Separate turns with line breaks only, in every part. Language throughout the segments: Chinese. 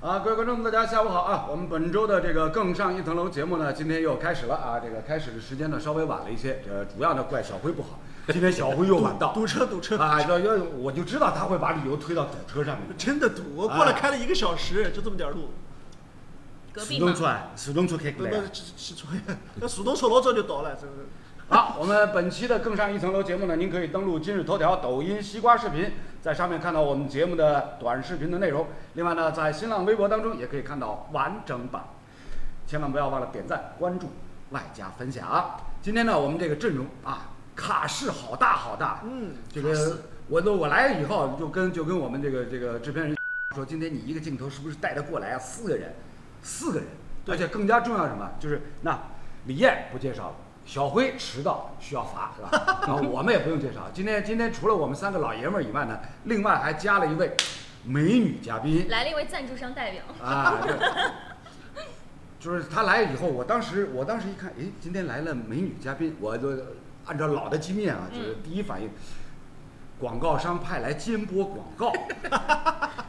啊，各位观众，大家下午好啊！我们本周的这个更上一层楼节目呢，今天又开始了啊！这个开始的时间呢稍微晚了一些，呃，主要呢怪小辉不好，今天小辉又晚到，
堵车堵车
啊！要要我就知道他会把理由推到堵车上面。
真的堵，我过来开了一个小时，就这么点儿路。
隔
始
壁
终
嘛
出，来，始终出开
那
过来
么。是错呀，那蜀东车老早就倒了，真是。
好，我们本期的更上一层楼节目呢，您可以登录今日头条、抖音、西瓜视频，在上面看到我们节目的短视频的内容。另外呢，在新浪微博当中也可以看到完整版。千万不要忘了点赞、关注，外加分享啊。今天呢，我们这个阵容啊，卡势好大好大。
嗯
这
卡势
个我都我来以后就跟就跟我们这个这个制片人说，今天你一个镜头是不是带得过来啊？四个人，四个人，而且更加重要是什么？就是那李艳不介绍了。小辉迟到需要罚是吧？然后我们也不用介绍。今天今天除了我们三个老爷们儿以外呢，另外还加了一位美女嘉宾。
来了一位赞助商代表，
啊，对，就是他来以后，我当时我当时一看，诶，今天来了美女嘉宾，我就按照老的经验啊，就是第一反应，广告商派来监播广告，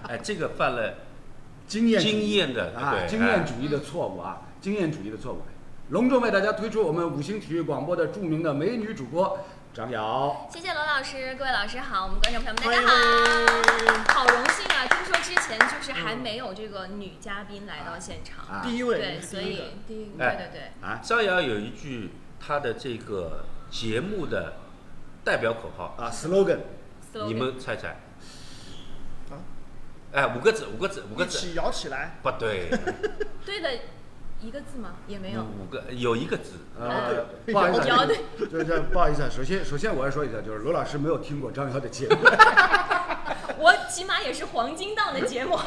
哎，这个犯了
经验主义
经验的
啊，
对
经验主义的错误啊，经验主义的错误。隆重为大家推出我们五星体育广播的著名的美女主播张瑶。
谢谢罗老师，各位老师好，我们观众朋友们大
欢迎
家好，好荣幸啊！听说之前就是还没有这个女嘉宾来到现场，
啊
第一位，
对，
你是
所
第一
以
个
第一，对
哎
对对，
啊
张瑶有一句她的这个节目的代表口号，
啊，slogan，
slogan
你们猜猜？
啊，
哎，五个字，五个字，五个
一
字，
起摇起来。
不对，
对的一个字吗？也没有，
五五个有一个字，
呃，
对
不好意思
摇
啊，
对
就是这不好意思啊，首先首先我要说一下，就是罗老师没有听过张瑶的节目。
我起码也是黄金档的节目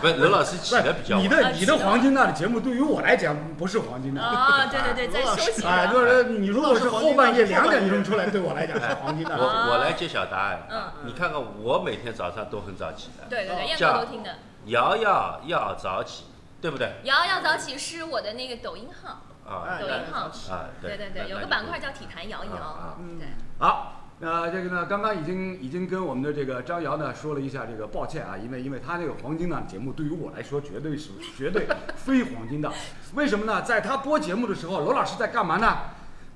不是，刘老师起
不是
的比较
你
晚，
的
啊
你
起得
的
晚
黄金档的节目对于我来讲不是黄金档
啊，对对对，在休息
哎，就
的，
是你如果是后半夜
黄金
两
档
点钟出来，对我来讲是黄金档
我
的节目。
我来揭晓答案。啊
嗯
你看看我每天早上都很早起的，
对对对，燕
叫
哥都听的。
瑶瑶要早起，对不对？
瑶瑶早起是我的那个抖音号，
啊
哎
抖音号，
啊，
对对对，有个板块叫体坛摇一摇
啊，
嗯
对，
好，呃，这个呢，刚刚已经已经跟我们的这个张瑶呢说了一下这个抱歉啊，因为因为他那个黄金档节目对于我来说绝对是绝对非黄金档，为什么呢？在他播节目的时候，罗老师在干嘛呢？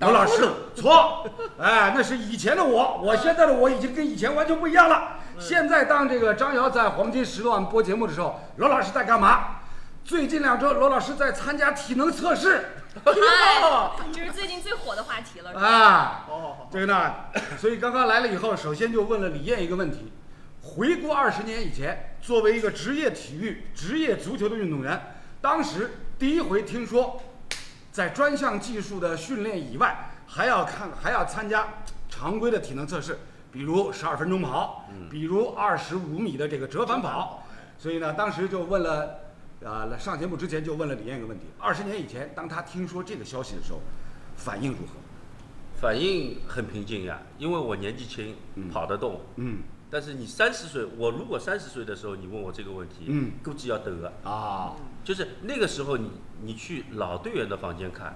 罗老师错，哎，那是以前的我，我现在的我已经跟以前完全不一样了。现在当这个张瑶在黄金时段播节目的时候，罗老师在干嘛？最近两周，罗老师在参加体能测试，嗯
哎，这是最近最火的话题了，是吧
啊，
好好好，
这个呢， 所以刚刚来了以后，首先就问了李艳一个问题：回顾二十年以前，作为一个职业体育、职业足球的运动员，当时第一回听说，在专项技术的训练以外，还要看还要参加常规的体能测试，比如十二分钟跑，比如二十五米的这个折返跑。所以呢，当时就问了，呃，上节目之前就问了李艳一个问题：二十年以前，当他听说这个消息的时候，反应如何？
反应很平静呀，因为我年纪轻，跑得动。
嗯。
但是你三十岁，我如果三十岁的时候你问我这个问题，
嗯
估计要抖啊。
啊，
就是那个时候你你去老队员的房间看，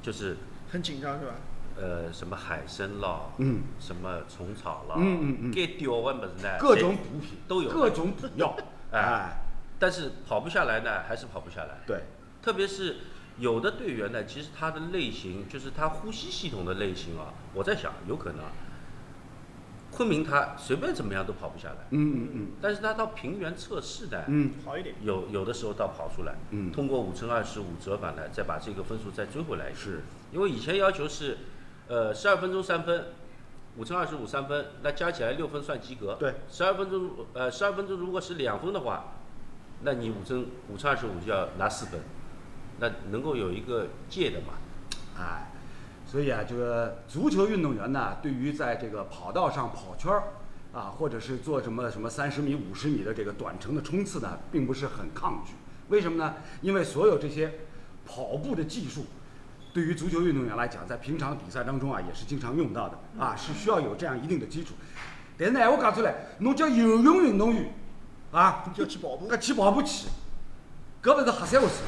就是
很紧张是吧？
呃什么海参咯，
嗯，
什么虫草咯，
嗯嗯嗯
该丢的么子呢，
各种
谁
补品
都有。
各种补药，哎
哎，但是跑不下来呢，还是跑不下来。
对，
特别是有的队员呢，其实他的类型就是他呼吸系统的类型啊，我在想有可能啊，昆明他随便怎么样都跑不下来，
嗯嗯嗯
但是他到平原测试呢，
嗯
好一点。
有有的时候倒跑出来，
嗯
通过五乘二十五折返呢，再把这个分数再追回来一些。
是，
因为以前要求是，呃，十二分钟三分，五乘二十五三分，那加起来六分算及格。
对，
十二分钟，呃，十二分钟如果是两分的话，那你五乘五乘二十五就要拿四分，那能够有一个界的嘛？
哎，所以啊，这个足球运动员呢，对于在这个跑道上跑圈儿啊，或者是做什么什么三十米、五十米的这个短程的冲刺呢，并不是很抗拒。为什么呢？因为所有这些跑步的技术。对于足球运动员来讲，在平常的比赛当中啊，也是经常用到的啊，是需要有这样一定的基础。但是呢，我讲出来，侬叫游泳运动员啊，
要去跑步
搿，去跑步去，搿勿是瞎三胡四。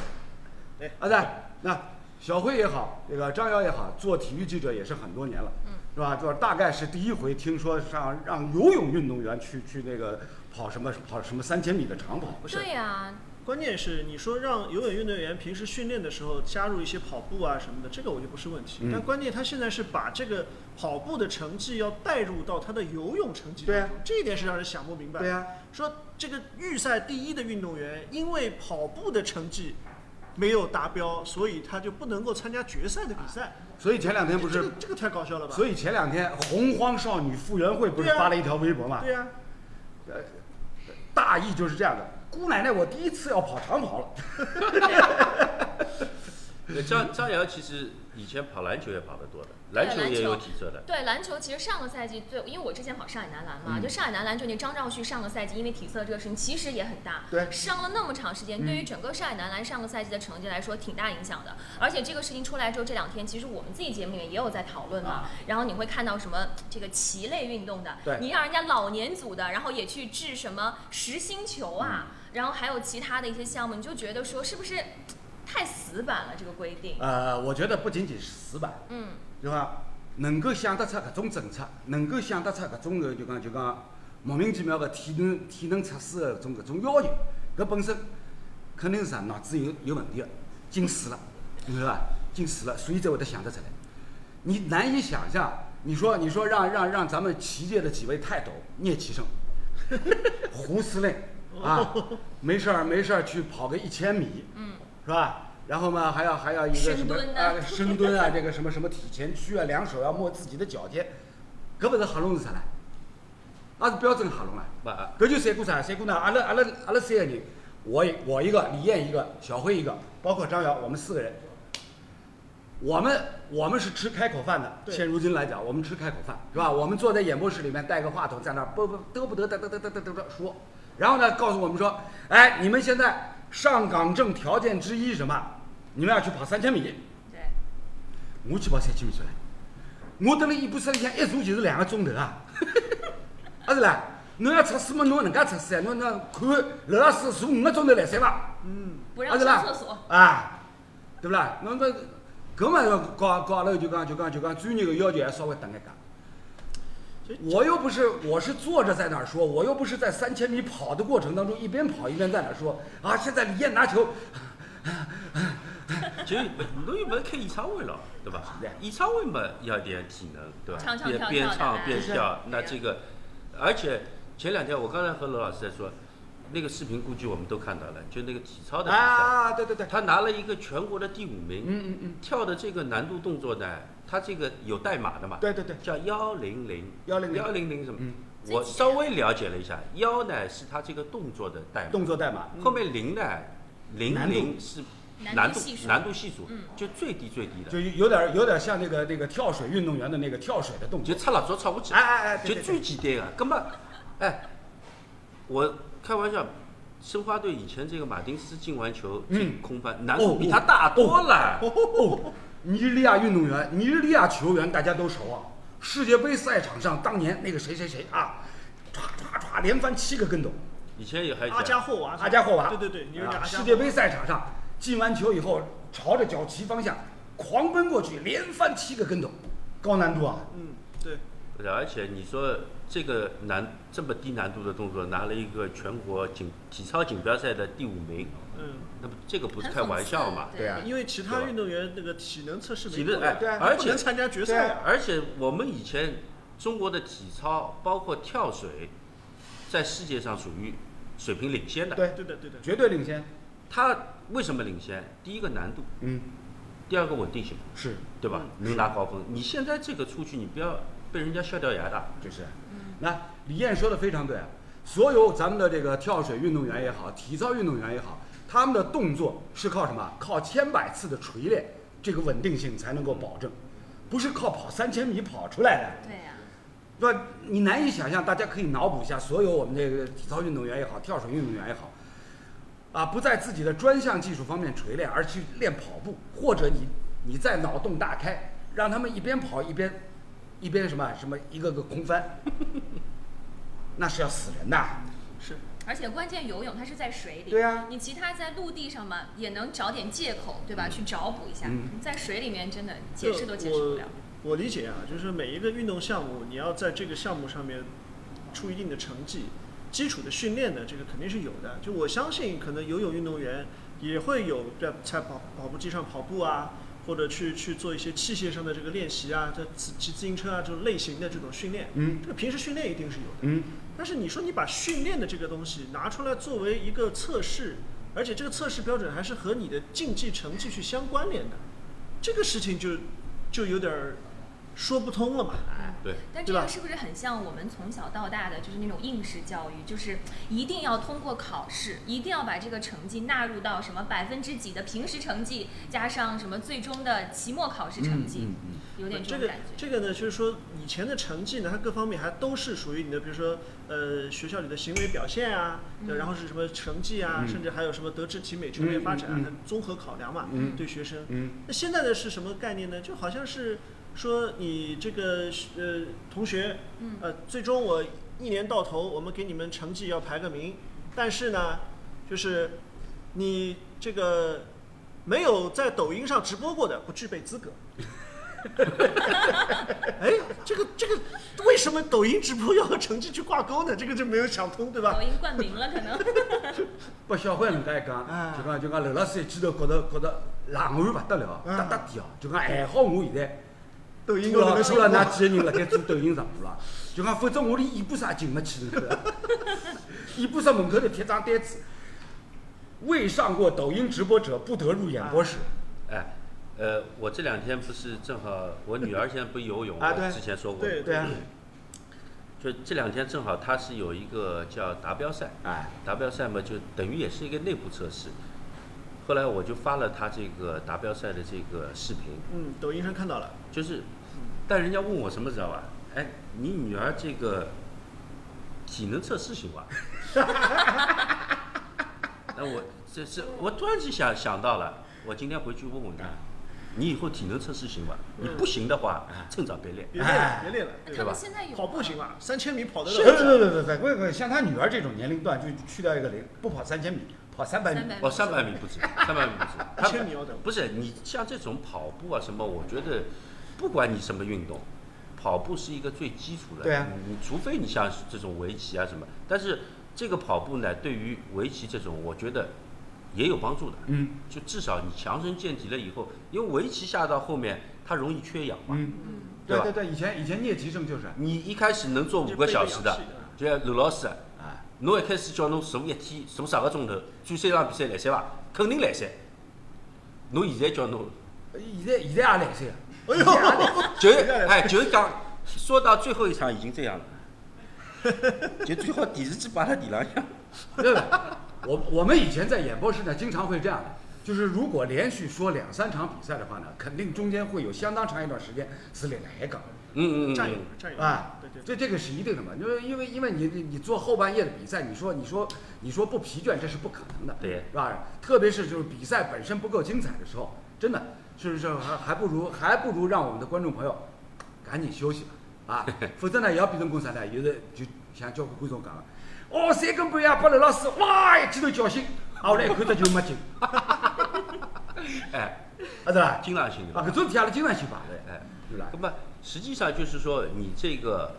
对
啊对，那小辉也好，这个张瑶也好，做体育记者也是很多年了，
嗯
是吧？就是大概是第一回听说上让游泳运动员去去那个跑什么跑什么三千米的长跑，
对呀、
关键是你说让游泳运动员平时训练的时候加入一些跑步啊什么的，这个我觉得不是问题。
嗯
但关键他现在是把这个跑步的成绩要带入到他的游泳成绩
对
当
啊
中，这一点是让人想不明白。
对呀、啊
说这个预赛第一的运动员，因为跑步的成绩没有达标，所以他就不能够参加决赛的比赛。
所以前两啊天不
这
是
个，这个太搞笑了吧？
所以前两天洪荒少女复原会不是
对啊
发了一条微博嘛？呃
对啊呀、
大意就是这样的。姑奶奶，我第一次要跑长跑了。
呃张张瑶其实以前跑篮球也跑得多的，篮球
篮球
也有体测的，
对篮球，其实上个赛季最，因为我之前跑上海男篮嘛，
嗯
就上海男篮就那张兆旭上个赛季因为体测这个事情其实也很大，
对嗯
伤了那么长时间，对于整个上海男篮上个赛季的成绩来说挺大影响的。而且这个事情出来之后，这两天其实我们自己节目里面也有在讨论嘛，
啊
然后你会看到什么这个棋类运动的，
对
你让人家老年组的，然后也去掷什么实心球啊，
嗯
然后还有其他的一些项目，你就觉得说是不是太死板了这个规定？
呃，我觉得不仅仅是死板，
嗯，
对伐？能够想得出搿种政策，能够想得出搿种个就讲就讲莫名其妙个体能体能测试个搿种搿种要求，搿本身肯定是啊啥脑子有有问题个，进水了，你知道伐？进水了，所以才会得想得出来。你难以想象，你说你说让让让咱们棋界的几位泰斗聂棋圣、胡司令啊，没事儿没事儿去跑个一千米，
嗯，
是吧？然后嘛，还要还要一个什么
深蹲啊
啊，深蹲啊，这个什么什么体前屈啊，两手要摸自己的脚尖，搿勿是合拢是啥呢？也是标准合拢啊。
不啊，
搿就三股啥？三股呢？阿拉阿拉阿拉三个人，我一我一个，李艳一个，小辉一个，包括张瑶，我们四个人。我们我们是吃开口饭的，
对
现如今来讲，我们吃开口饭是吧？我们坐在演播室里面，带个话筒在那儿啵啵嘚不得嘚嘚嘚嘚嘚嘚嘚说，然后呢，告诉我们说，哎，你们现在上岗证条件之一是什么？你们要去跑三千米，
对。
我去跑三千米出来，我等了一部车里向一坐就是两个钟头啊， 啊是啦，侬要测试嘛，侬能介测试啊，侬那看刘老师坐五个钟头来塞伐？
嗯，
不
啊
让
是
上
啦
厕所。，
啊，对不啦？侬搿搿嘛要搞搞阿拉就讲就讲就讲专业的要求还稍微等一讲。
其实
我又不是，我是坐着在那儿说，我又不是在三千米跑的过程当中一边跑一边在那儿说啊，现在李艳拿球，
就勿侬又勿是开演唱会了，对伐
对？
演唱会嘛要点体能，对
唱
伐？
唱
边
跳
边
跳的
唱
哎
边
是
跳，那
对
这个，而且前两天我刚才和罗老师在说，那个视频估计我们都看到了，就那个体操的比赛，
啊，对对对，
他拿了一个全国的第五名，
嗯嗯嗯，
跳的这个难度动作呢，它这个有代码的嘛，
对对对，
叫幺零零
100
幺零零什么？
嗯
啊
我稍微了解了一下，幺呢是它这个动作的代码，
动作代码，
嗯后面零呢，零
难度
零是
难
难
度
度
系数
难度系数
嗯，
就最低最低
就
的，
有有点有点像那个那个跳水运动员的那个跳水的动
就
作，
差了，只差不起
哎，哎哎，对对
就
对
最简单的。根本，哎，我开玩笑，申花队以前这个马丁斯进完球进
嗯
空翻，难度
哦
比他大多了。
哦，尼日利亚运动员、尼日利亚球员大家都熟啊。世界杯赛场上，当年那个谁谁谁啊，唰唰唰连翻七个跟斗，
以前也还
阿加
讲，
霍娃，
阿加霍娃，
对对对，你有
啊
点阿加
世
霍
界
娃。
杯赛场上进完球以后，朝着角旗方向狂奔过去，连翻七个跟斗，高难度啊！
嗯，对，
而且你说这个难这么低难度的动作，拿了一个全国锦体操锦标赛的第五名，
嗯，
那么这个不是
很
开
讽
玩
刺
笑嘛？
对啊
因为其他运动员那个体能测试没
体
过
能
的
哎
对啊，
而
不能
且
参加决赛啊。
而且我们以前中国的体操，包括跳水，在世界上属于水平领先的。
对，
对的，对的，
绝对领先。
它为什么领先？第一个难度，
嗯，
第二个稳定性，
是，
对吧？
嗯
能拿高分。你现在这个出去，你不要被人家笑掉牙的。
就是。那李艳说的非常对啊，所有咱们的这个跳水运动员也好，体操运动员也好，他们的动作是靠什么？靠千百次的锤炼，这个稳定性才能够保证，不是靠跑三千米跑出来的。
对呀、
对吧？你难以想象，大家可以脑补一下，所有我们这个体操运动员也好，跳水运动员也好，啊，不在自己的专项技术方面锤炼，而去练跑步，或者你你在脑洞大开，让他们一边跑一边一边什么什么一个个空翻，那是要死人的。
是。
而且关键游泳它是在水里，
对啊
你其他在陆地上嘛，也能找点借口，对吧？去找补一下。
嗯
在水里面真的
这
解释都解释不了。
我。我理解啊，就是每一个运动项目，你要在这个项目上面出一定的成绩，基础的训练的，这个肯定是有的。就我相信，可能游泳运动员也会有在在跑跑步机上跑步啊，或者去去做一些器械上的这个练习啊，在骑骑自行车啊这种类型的这种训练，
嗯
这个平时训练一定是有的。
嗯，
但是你说你把训练的这个东西拿出来作为一个测试，而且这个测试标准还是和你的竞技成绩去相关联的，这个事情就就有点儿说不通了嘛。
对，
但这
对吧
个是不是很像我们从小到大的就是那种应试教育，就是一定要通过考试，一定要把这个成绩纳入到什么百分之几的平时成绩，加上什么最终的期末考试成绩，
嗯嗯
有点
呃这
这种
个
感觉。
这个呢，就是说以前的成绩呢，它各方面还都是属于你的，比如说呃学校里的行为表现啊，对
嗯
然后是什么成绩啊，
嗯
甚至还有什么德智体美全面发展啊，
嗯嗯嗯
它综合考量嘛，
嗯
对学生。
嗯
那现在的是什么概念呢？就好像是说你这个呃同学，
嗯
呃，最终我一年到头我们给你们成绩要排个名，但是呢，就是你这个没有在抖音上直播过的不具备资 格。哎，这个这个为什么抖音直播要和成绩去挂钩呢？这个就没有想通，对吧
抖？音冠名了，可能
不，小辉能介讲
啊，
就讲就讲刘老师一记头觉得觉得冷汗勿得了，得
啊
得掉，就讲还好我现在
抖音
拖
高头
了拖了
的
㑚几个人辣盖做抖音上务了，就讲否则我连演播室也进勿去了，演播室门口头贴张单子，未上过抖音直播者不得入演播室。
哎，呃，我这两天不是正好，我女儿现在不游泳，
啊
我
对
之前说过，
对对啊，
就这两天正好她是有一个叫达标赛，
哎，
达标赛嘛，就等于也是一个内部测试。后来我就发了她这个达标赛的这个视频，
嗯，抖音上看到了，
就是，但人家问我什么知道吧？哎，你女儿这个体能测试行吧？ 那我这这，我突然就想想到了，我今天回去问问她，你以后体能测试行吧？你不行的话，趁早别练。
别练了，别练了，对
他
吧
们现在有啊
跑步行吧，三千米跑得
不不
了。
不不不，不不，像他女儿这种年龄段就去掉一个零，不跑三千米，跑三百米
三。百
哦，三百米不止，三百米不止，她
千米要等
不是你像这种跑步啊什么，我觉得不管你什么运动，跑步是一个最基础的。
对啊
你除非你像这种围棋啊什么，但是这个跑步呢，对于围棋这种，我觉得也有帮助的。
嗯
就至少你强身健体了以后，因为围棋下到后面它容易缺氧嘛。
嗯，
嗯，
对
对吧
对对，以前以前聂吉生就是，
你一开始能做五个小时的
就被被氧，
就像刘老师啊，
哎，
侬一开始叫侬坐一天坐十个钟头，最后一场比赛来三伐？肯定来三。侬现在叫侬
现在现在也来塞啊。
哎呦，
就哎，就是讲说到最后一场已经这样了，就最好电视机摆在地浪向。
对吧？我我们以前在演播室呢，经常会这样的，就是如果连续说两三场比赛的话呢，肯定中间会有相当长一段时间是来来个
嗯嗯嗯
战友
嗯，，
战友
啊，
对对对，
这这个是一定的嘛，因为因为因为你你做后半夜的比赛，你说你说你说不疲倦，这是不可能的，
对
是吧？特别是就是比赛本身不够精彩的时候，真的是是还还不如还不如让我们的观众朋友赶紧休息吧，啊，否则呢也要变成共产党，有的就像交关观众讲的，哦，三更半夜把刘老师哇一记头叫醒，啊，我来一看这就没劲，啊
哎，
对吧？
经常性的
啊，搿种事体阿拉经常去碰的，
哎，
对吧
那？么实际上就是说，你这个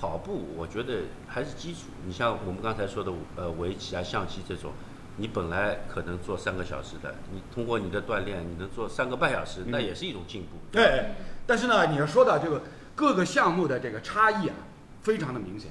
跑步，我觉得还是基础。你像我们刚才说的，呃，围棋啊、象棋这种，你本来可能做三个小时的，你通过你的锻炼，你能做三个半小时，那也是一种进步。
对，哎但是呢，你要说到这个各个项目的这个差异啊，非常的明显。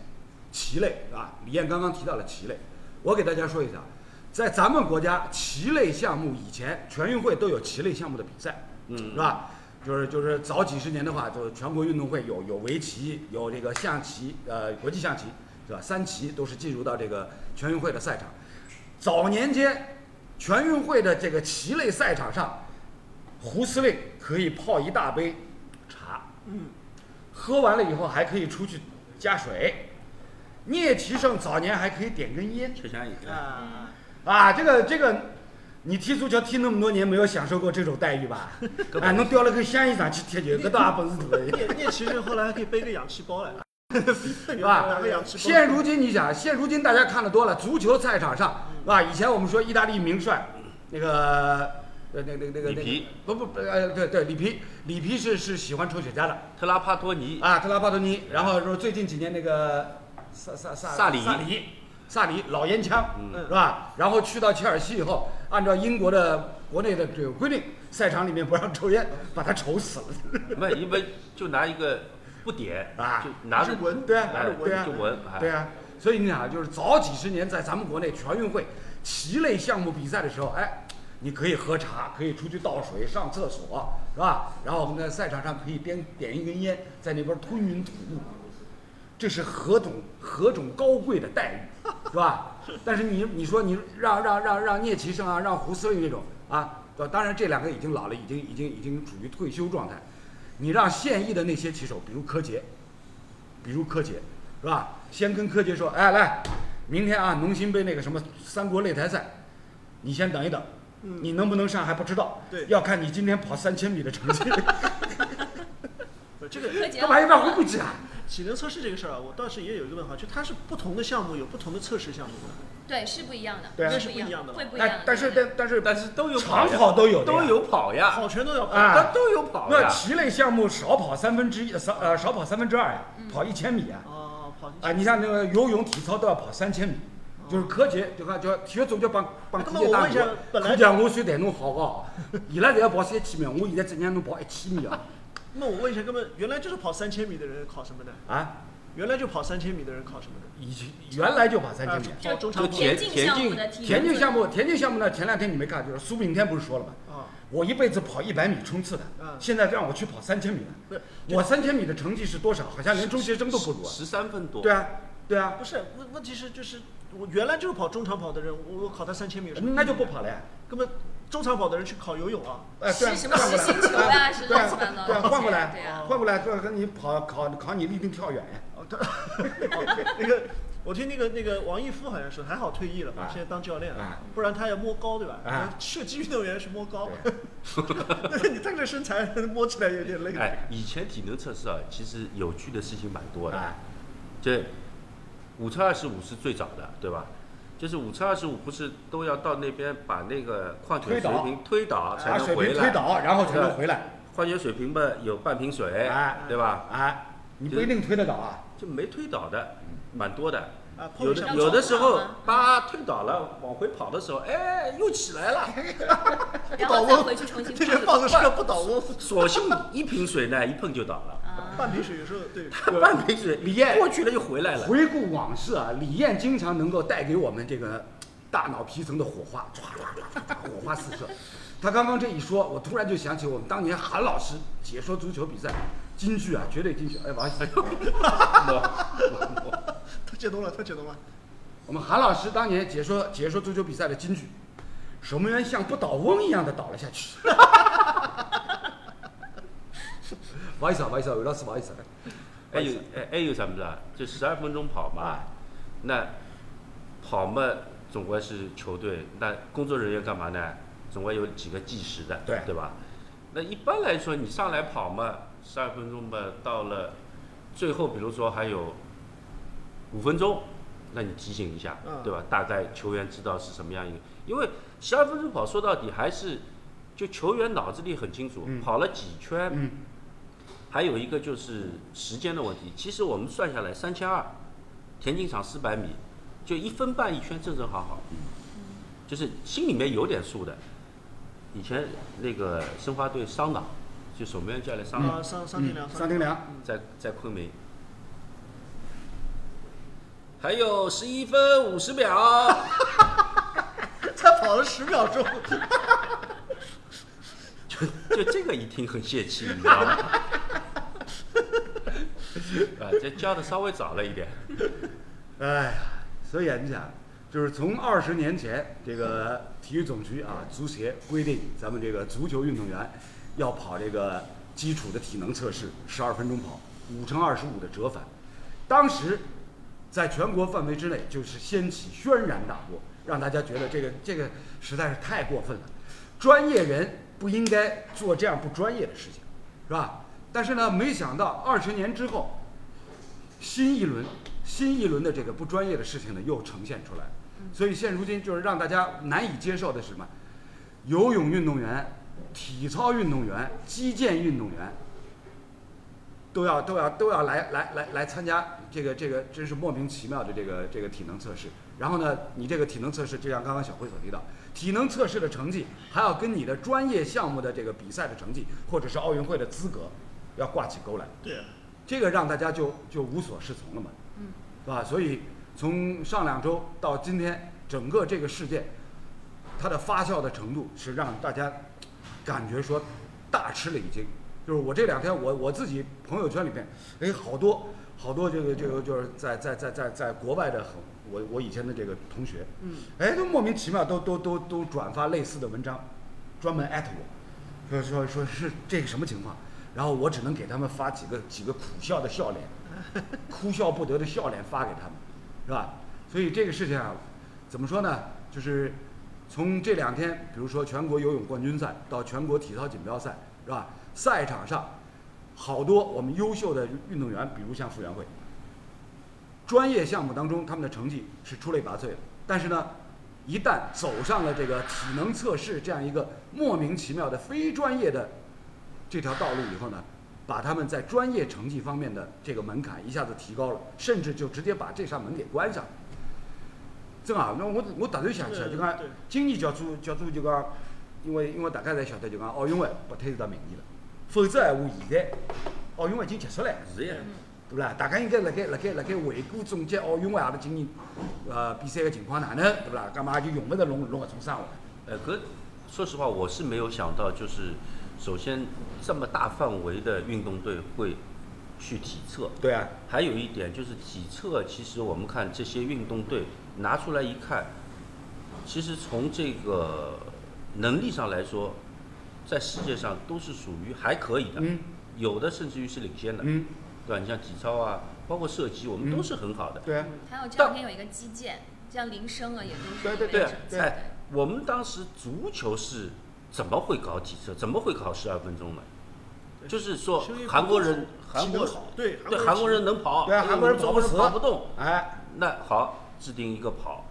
棋类啊，李艳刚刚提到了棋类，我给大家说一下，啊在咱们国家棋类项目以前全运会都有棋类项目的比赛，
嗯
是吧？就是就是早几十年的话，就是全国运动会有有围棋，有这个象棋，呃，国际象棋是吧？三棋都是进入到这个全运会的赛场。早年间，全运会的这个棋类赛场上，胡司令可以泡一大杯茶，
嗯，
喝完了以后还可以出去加水。聂其胜早年还可以点根烟
车厢也
啊，
啊，这个这个，你踢足球踢那么多年没有享受过这种待遇 吧？啊，侬叼了根香烟上去踢球，搿倒也本事大
聂聂奇正后来还可以背个氧气包来了，
是
是拿
吧
个氧？气包。
现如今你想，现如今大家看的多了，足球赛场上
嗯
是吧？以前我们说意大利名帅那个。呃，那那那个那
里
个
皮，
不不不，呃，对对，里皮，里皮是是喜欢抽雪茄的
特拉帕托尼
啊啊，特拉帕多尼，然后说最近几年那个萨萨萨
萨里
萨里，萨里老烟枪，
嗯
是吧？然后去到切尔西以后，按照英国的国内的这个规定，赛场里面不让抽烟，把他愁死了。
那你们就拿一个不点
啊
就拿着
就闻
对啊
拿着
对啊
闻就闻，哎
对啊，所以你想啊，就是早几十年在咱们国内全运会棋类项目比赛的时候，哎，你可以喝茶，可以出去倒水、上厕所，是吧？然后我们在赛场上可以边点一根烟，在那边吞云吐雾，这是何种何种高贵的待遇，是吧？但是你你说你让让让让聂奇胜啊，让胡思睿这种啊，呃当然这两个已经老了，已经已经已经处于退休状态。你让现役的那些棋手，比如柯洁，比如柯洁，是吧？先跟柯洁说，哎，来，明天啊，农心杯那个什么三国擂台赛，你先等一等，
嗯
你能不能上还不知道，
对
要看你今天跑三千米的 成绩，
这个
柯洁
干嘛一般回不去啊？
体能测试这个事儿啊，我倒是也有一个问号，就它是不同的项目有不同的测试项目的，
对是不一样的，
对啊
会
那
是不一样的
会不一样
哎
的。，
但是
对
但但是
但是都有
长
呀
跑都有的呀
都有跑呀，
跑全都要跑。
啊
它都有跑
那
呀。
棋类项目少跑三分之一，呃少呃少跑三分之二呀，
嗯
跑一千米啊，
哦，跑进去
啊，你像那个游泳、体操都要跑三千米，就是柯洁，就看就体育总局帮帮
哦啊那
柯
么
洁
我
打
问一下本来
柯洁我虽然侬好哦，伊拉侪要跑三千米，我现在只让侬跑一千米啊！
那我问一下，根本原来就是跑三千米的人考什么的？
啊，
原来就跑三千米的人考什么的？
以前原来就跑三千米。
啊
就中长
就
跑
田
田径项目的体能
田径项
测
目，田径项目呢，前两天你没看，就是苏炳添不是说了吗？
啊，
我一辈子跑一百米冲刺的
嗯，
啊
现在让我去跑三千米
不
了
是，
我三千米的成绩是多少？好像连中学生都不如啊！
十三分多。
对啊，对啊，
不是问问题是就是我原来就是跑中长跑的人，我我考他三千米有什么？
那就不跑了呀。
根本中长跑的人去考游泳啊，
哎，对啊
是什么
换过
实
来
心球啊，是
对
乱
啊
七八糟的。
对啊换过来
对啊，
换过来，这跟你跑考考你立定跳远，
哦，他哦那个，我听那个那个王义夫好像是还好退役了吧，
啊
现在当教练了，
啊
不然他要摸高对吧？
啊
射击运动员是摸高，
对
你这个身材摸起来有点累。
哎，以前体能测试啊，其实有趣的事情蛮多的。
啊，
这五乘二十五是最早的，对吧？就是五乘二十五不是都要到那边把那个矿泉
推
水
倒
瓶推倒才
把
能
水
回
平推
来？
倒，然后才能回来。
矿泉水瓶嘛有半瓶水
哎，
对吧？
哎，你不一定推得倒啊。
就没推倒的，
嗯
蛮多的。
啊，碰
有
一
的
下
有的时候
要撞倒吗
叭推倒了，往回跑的时候，哎，又起来了。
然后再回去重新
这个
跑
放。个射不倒翁，
索性一瓶水呢，一碰就倒了。
啊，
半瓶水有时候对。
半瓶水，
李艳
过去了又回来了。
回顾往事啊，李艳经常能够带给我们这个大脑皮层的火花，唰唰唰唰唰，火花四射。他刚刚这一说，我突然就想起我们当年韩老师解说足球比赛，金句啊，绝对金句。哎，王，
他解冻了，他解冻了。
我们韩老师当年解说解说足球比赛的金句，守门员像不倒翁一样的倒了下去。 不好意思啊，不好意思啊，韦老师，不好意思啊。
还有哎还有什么的，就十二分钟跑嘛，
啊
那跑嘛总归是球队，那工作人员干嘛呢？总归有几个计时的，
对
对吧？那一般来说，你上来跑嘛，十二分钟嘛，到了最后，比如说还有五分钟，那你提醒一下，
嗯
对吧？大概球员知道是什么样一个，因为十二分钟跑说到底还是就球员脑子里很清楚，
嗯
跑了几圈，
嗯，
还有一个就是时间的问题。其实我们算下来三千二，田径场四百米，就一分半一圈正正好好，就是心里面有点数的。以前那个申花队桑朗，就守门员教练桑朗
啊，，桑桑廷良，
桑廷良，
在在昆明。还有十一分五十秒，
才跑了十秒钟，
就就这个一听很泄气，你知道吗？ 啊，这教的稍微早了一点。
哎呀，所以啊，你想，就是从二十年前，这个体育总局啊，足协规定咱们这个足球运动员要跑这个基础的体能测试，十二分钟跑，五乘二十五的折返。当时，在全国范围之内，就是掀起轩然大波，让大家觉得这个这个实在是太过分了，专业人不应该做这样不专业的事情，是吧？但是呢，没想到二十年之后，新一轮新一轮的这个不专业的事情呢又呈现出来了，所以现如今就是让大家难以接受的是什么？游泳运动员、体操运动员、击剑运动员都要都要都要来来来来参加这个这个真是莫名其妙的这个这个体能测试，然后呢，你这个体能测试，就像刚刚小辉所提到，体能测试的成绩还要跟你的专业项目的这个比赛的成绩，或者是奥运会的资格，要挂起钩来。
对啊，
这个让大家就就无所适从了嘛，
嗯，
是吧？所以从上两周到今天，整个这个事件，它的发酵的程度是让大家感觉说大吃了一惊。就是我这两天我我自己朋友圈里面，哎，好多好多这个这个就是在在在在在国外的很我我以前的这个同学，
嗯，
哎，都莫名其妙都都都都转发类似的文章，专门艾特我，说说说是这个什么情况，然后我只能给他们发几个几个苦笑的笑脸，哭笑不得的笑脸发给他们，是吧？所以这个事情啊，怎么说呢？就是从这两天，比如说全国游泳冠军赛到全国体操锦标赛，是吧？赛场上好多我们优秀的运动员，比如像傅园慧，专业项目当中，他们的成绩是出类拔萃的。但是呢，一旦走上了这个体能测试这样一个莫名其妙的非专业的这条道路以后呢，把他们在专业成绩方面的这个门槛一下子提高了，甚至就直接把这扇门给关上了。正好，那我我突然想起来，就讲
对对
今年叫做叫做就讲，因为因为大家侪晓得就讲哦奥运会被推迟到明年了，否则闲话现在奥运哦会已经结束了。
是呀，
对不啦？大家应该辣盖辣盖辣盖回顾总结奥运会阿拉今年呃比赛个情况哪能，对不啦？干嘛就啊用勿着弄弄搿种生活？
呃，可说实话，我是没有想到，就是首先这么大范围的运动队会去体测，
对啊，
还有一点就是体测，其实我们看这些运动队拿出来一看，其实从这个能力上来说，在世界上都是属于还可以的，
嗯
有的甚至于是领先的，
嗯，
对吧？你像体操啊，包括射击，我
嗯
们都是很好的。
对啊，
还有这两天有一个击剑，像铃声啊，也都是
对对
对
被
啊
整
对
的
哎，我们当时足球是怎么会搞体测？怎么会考十二分钟呢？
对
就是说
是因为
韩国人，
体
韩
能
国
好，对
对韩国人能跑，
对啊
但是
韩国人
我
跑不
们中国人
死
跑不动。
哎，
那好，制定一个跑，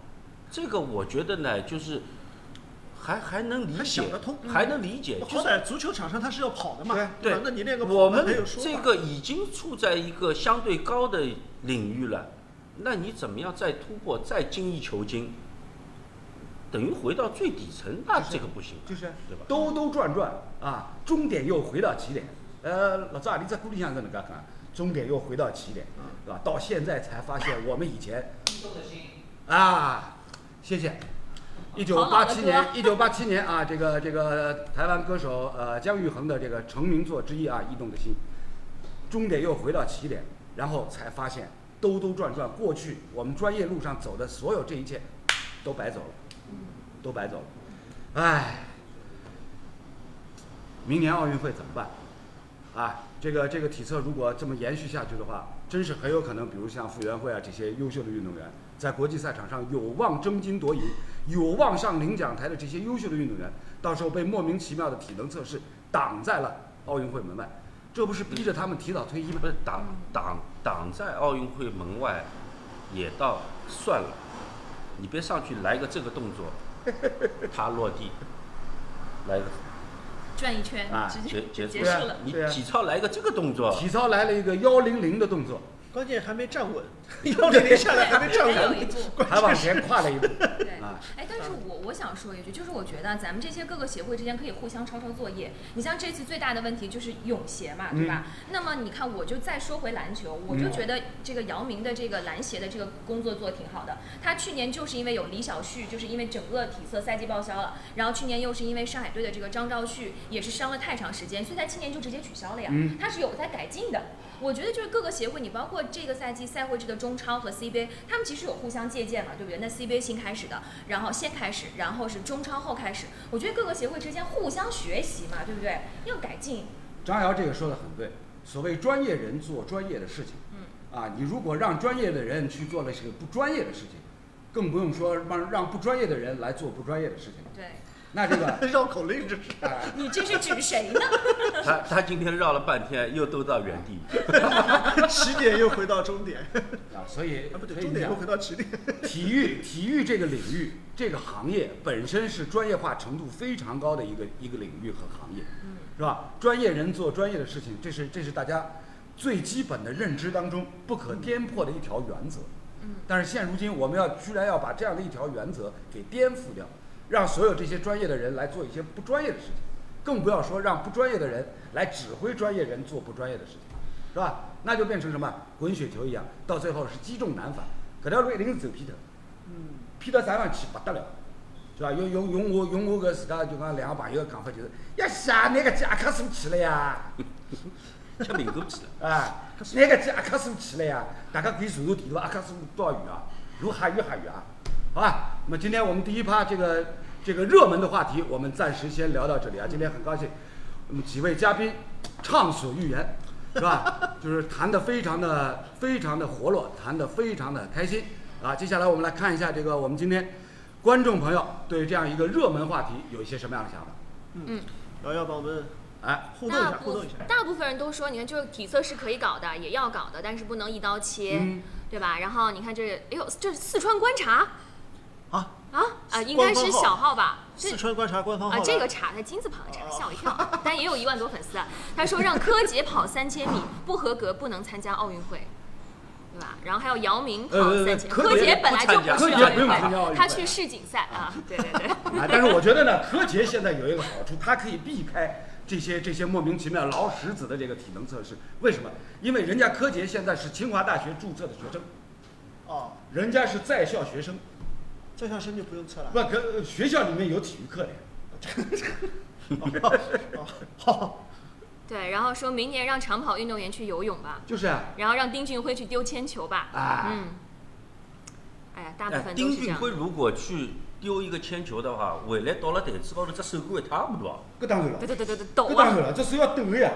这个我觉得呢，就是还还能理
还
解
想得通，嗯
还能理解，就
好
是
歹足球场上他是要跑的嘛，
对
吧
对
那你练个跑
我
那
们
没有说法
这个已经处在一个相对高的领域了，那你怎么样再突破，再精益求精？等于回到最底层，那这个不行，啊
就是
对吧？
兜兜转转啊，终点又回到起点。呃，老早阿里只歌里向搿能介讲，终点又回到起点，
嗯
是吧？到现在才发现我们以前啊，谢谢。一九八七年，一九八七年啊，这个这个台湾歌手呃姜育恒的这个成名作之一啊，《驿动的心》，终点又回到起点，然后才发现兜兜转转，过去我们专业路上走的所有这一切，都白走了，
嗯
都白走了，唉，明年奥运会怎么办？啊，这个这个体测如果这么延续下去的话，真是很有可能，比如像傅园慧啊这些优秀的运动员，在国际赛场上有望争金夺银、有望上领奖台的这些优秀的运动员，到时候被莫名其妙的体能测试挡在了奥运会门外，这不是逼着他们提早退役吗
不？是挡挡挡在奥运会门外，也倒算了，你别上去来个这个动作， 他落地，来个
转一圈
啊，
直接
结结
结
束
束了。
你
对啊
体操来个这个动作，
体操来了一个幺零零的动作，
关键还没站稳，幺零零下来还没站
对还有一
稳，
步
还往前跨了一步。
对
啊，
哎，但是
嗯
我我想说一句，就是我觉得啊咱们这些各个协会之间可以互相抄抄作业。你像这次最大的问题就是泳协嘛，对吧？那么你看，我就再说回篮球，我就
嗯
觉得这个姚明的这个篮协的这个工作做得挺好的。他去年就是因为有李晓旭，就是因为整个体测赛季报销了，然后去年又是因为上海队的这个张兆旭也是伤了太长时间，所以他今年就直接取消了呀。
嗯
他是有在改进的。我觉得就是各个协会，你包括这个赛季赛会制的中超和 CBA，他们其实有互相借鉴嘛，对不对？那 CBA 新开始的，然后先开始，然后是中超后开始，我觉得各个协会之间互相学习嘛，对不对？要改进，
张瑶这个说的很对，所谓专业人做专业的事情，嗯，啊，你如果让专业的人去做了些不专业的事情，更不用说让让不专业的人来做不专业的事情了，
对
那这 个
绕口令这是。
哎
你这是指谁呢？
他他今天绕了半天，又兜到原地。
起点又回到终点，啊
啊，所以
不对，
所以
终
你
点
讲
又回到起点。
体育体育这个领域这个行业本身是专业化程度非常高的一个一个领域和行业，
嗯
是吧？专业人做专业的事
嗯
情，这是这是大家最基本的认知当中不可颠破的一条原则。
嗯
但是现如今，我们要居然要把这样的一条原则给颠覆掉，让所有这些专业的人来做一些不专业的事情，更不要说让不专业的人来指挥专业人做不专业的事情，是吧？那就变成什么滚雪球一样，到最后是积重难返。搿条路一定是走偏头，
嗯，
偏到啥地方去不得了，是吧？用用用我用我搿自家就讲两个朋友的讲法，就是呀，下那个家阿卡苏去了呀。
吃苹果去了。
啊，那个去阿卡苏去了呀？大家可以查查地图，阿卡苏多少远啊？如哈远哈远啊？好吧，那么今天我们第一趴这个这个热门的话题，我们暂时先聊到这里啊。今天很高兴，那么几位嘉宾畅所欲言，是吧？ 就是谈的非常的非常的活络，谈的非常的开心啊。接下来我们来看一下这个我们今天观众朋友对这样一个热门话题有一些什么样的想法？
瑶瑶帮我们
哎，
互动一
大
下，互
部
动一下。
大部分人都说，你看，就是体测是可以搞的，也要搞的，但是不能一刀切，
嗯
对吧？然后你看这，哎呦，这是四川观察
啊，
啊啊，应该是小号吧？这
四川观察官方号
啊，
来
这个查他金字旁的查，吓我一跳。但也有一万多粉丝啊。他说让柯洁跑三千米不合格，不能参加奥运会，对吧？然后还有姚明跑
呃呃呃
三千，
柯
柯
洁
洁本来就
不参加
去
柯洁
奥
不用
运
参加奥运会
会，他去世锦赛啊。对对 对，
啊，但是我觉得呢，柯洁现在有一个好处，他可以避开这些这些莫名其妙老石子的这个体能测试。为什么？因为人家柯洁现在是清华大学注册的学生，
哦，
人家是在校学生，
在校生就不 用测了。
不，跟学校里面有体育课的。
哦
对，然后说明年让长跑运动员去游泳吧，
就是啊，
然后让丁俊晖去丢铅球吧。
啊
嗯，哎呀，大部
哎，
分都
丁
是这
俊
样
晖。如果去丢一个铅球的话，回来到了台子高头，这手感一塌糊涂啊，
搿当然了
对，对对对对，抖
搿当
啊
然！了，这手要抖的呀，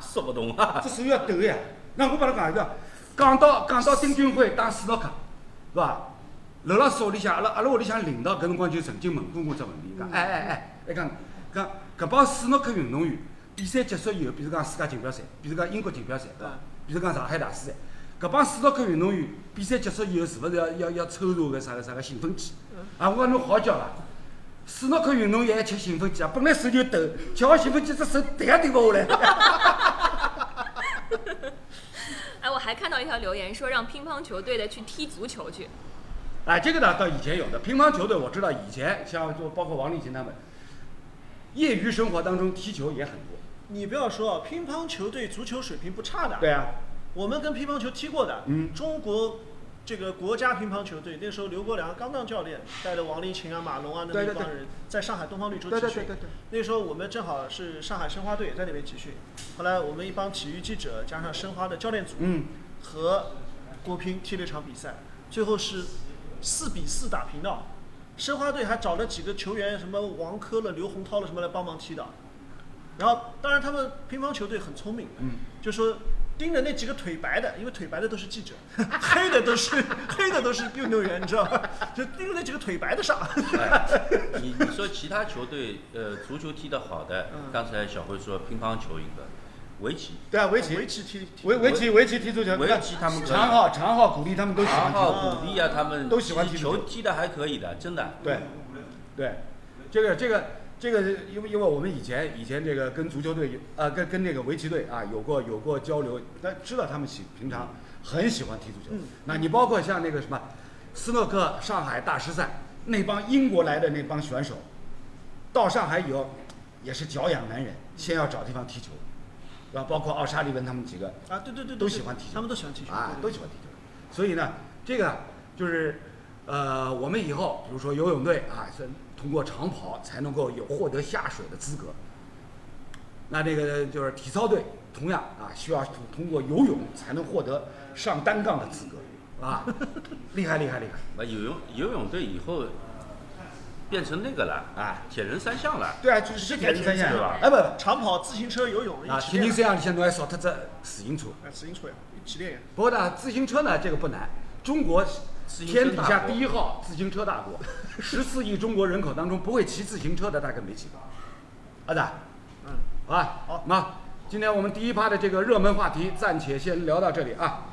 说不动 啊。
这手要抖的呀。那我帮侬讲一个，讲到讲到丁俊晖打斯诺克，是吧？楼浪室屋里向，阿拉阿拉屋里向领导搿辰光就曾经问过我只问题，讲，哎哎哎，哎讲讲搿帮斯诺克运动员比赛结束以后，比如讲世界锦标赛，比如讲英国锦标赛，对伐
嗯？
比如讲上海大师赛，搿帮斯诺克运动员比赛结束以后，是勿是要要要抽查搿啥个啥个兴奋剂？啊，我讲侬好叫伐？斯诺克运动员还吃兴奋剂啊？本来手就抖，吃好兴奋剂，只手弹也弹勿下来。
哎，我还看到一条留言说让乒乓球队的去踢足球去。
哎，这个呢，到以前有的乒乓球队，我知道以前像就包括王励勤他们，业余生活当中踢球也很多。
你不要说，啊，乒乓球对足球水平不差的。
对啊，
我们跟乒乓球踢过的，
嗯
中国这个国家乒乓球队那时候刘国梁刚当教练，带着王励勤啊、马龙啊那
对
一
对
帮
对
人在上海东方绿洲集
对
训。
对对对对。
那时候我们正好是上海申花队也在那边集训，后来我们一帮体育记者加上申花的教练组
嗯，
和国乒踢了一场比赛，最后是四比四打平的。申花队还找了几个球员，什么王珂了、刘洪涛了什么来帮忙踢的。然后，当然他们乒乓球队很聪明，
嗯，
就说盯着那几个腿白的，因为腿白的都是记者， 黑的都是 黑的都是运动员，你知道吧？就盯着那几个腿白的上。
哎你你说其他球队，呃，足球踢得好的
嗯，
刚才小辉说乒乓球一个，围棋，
对啊，围
围棋 踢踢
围围棋围棋踢足球，
围
那
棋他们可
长
以。
浩长浩鼓励他们都喜欢
然
踢
后
球。
古力啊，他们
都喜欢踢足
球
球
踢得还可以的，真的。
对，对，这个这个这个，因为因为我们以前以前这个跟足球队有呃跟跟那个围棋队啊有过有过交流，那知道他们喜平常很喜欢踢足球。
嗯
那你包括像那个什么斯诺克上海大师赛那帮英国来的那帮选手，到上海以后也是脚痒难忍，先要找地方踢球，对吧？包括奥沙利文他们几个，
啊，对对对对，
都喜欢踢球
他们都喜欢踢球
啊，
对
都
对
喜欢踢球。所以呢，这个就是，呃，我们以后比如说游泳队啊，是通过长跑才能够有获得下水的资格。那这个就是体操队，同样啊，需要通通过游泳才能获得上单杠的资格， 啊，厉害厉害厉害！
那游泳游泳队以后变成那个了
啊，
铁人三项了。
对啊，就是这铁人三项
对吧
哎不不
长跑、自行车、游泳一
啊，
起
铁人
练。
三项里向侬还少脱只自行车。
哎，自行车呀，一起练呀。
不过呢，自行车呢这个不难，中国是
自行车
天底
大
下
国
第一号自行车大国，十四亿中国人口当中不会骑自行车的大概没几个。阿达，
嗯，
好吧，
好
那今天我们第一趴的这个热门话题暂且先聊到这里啊。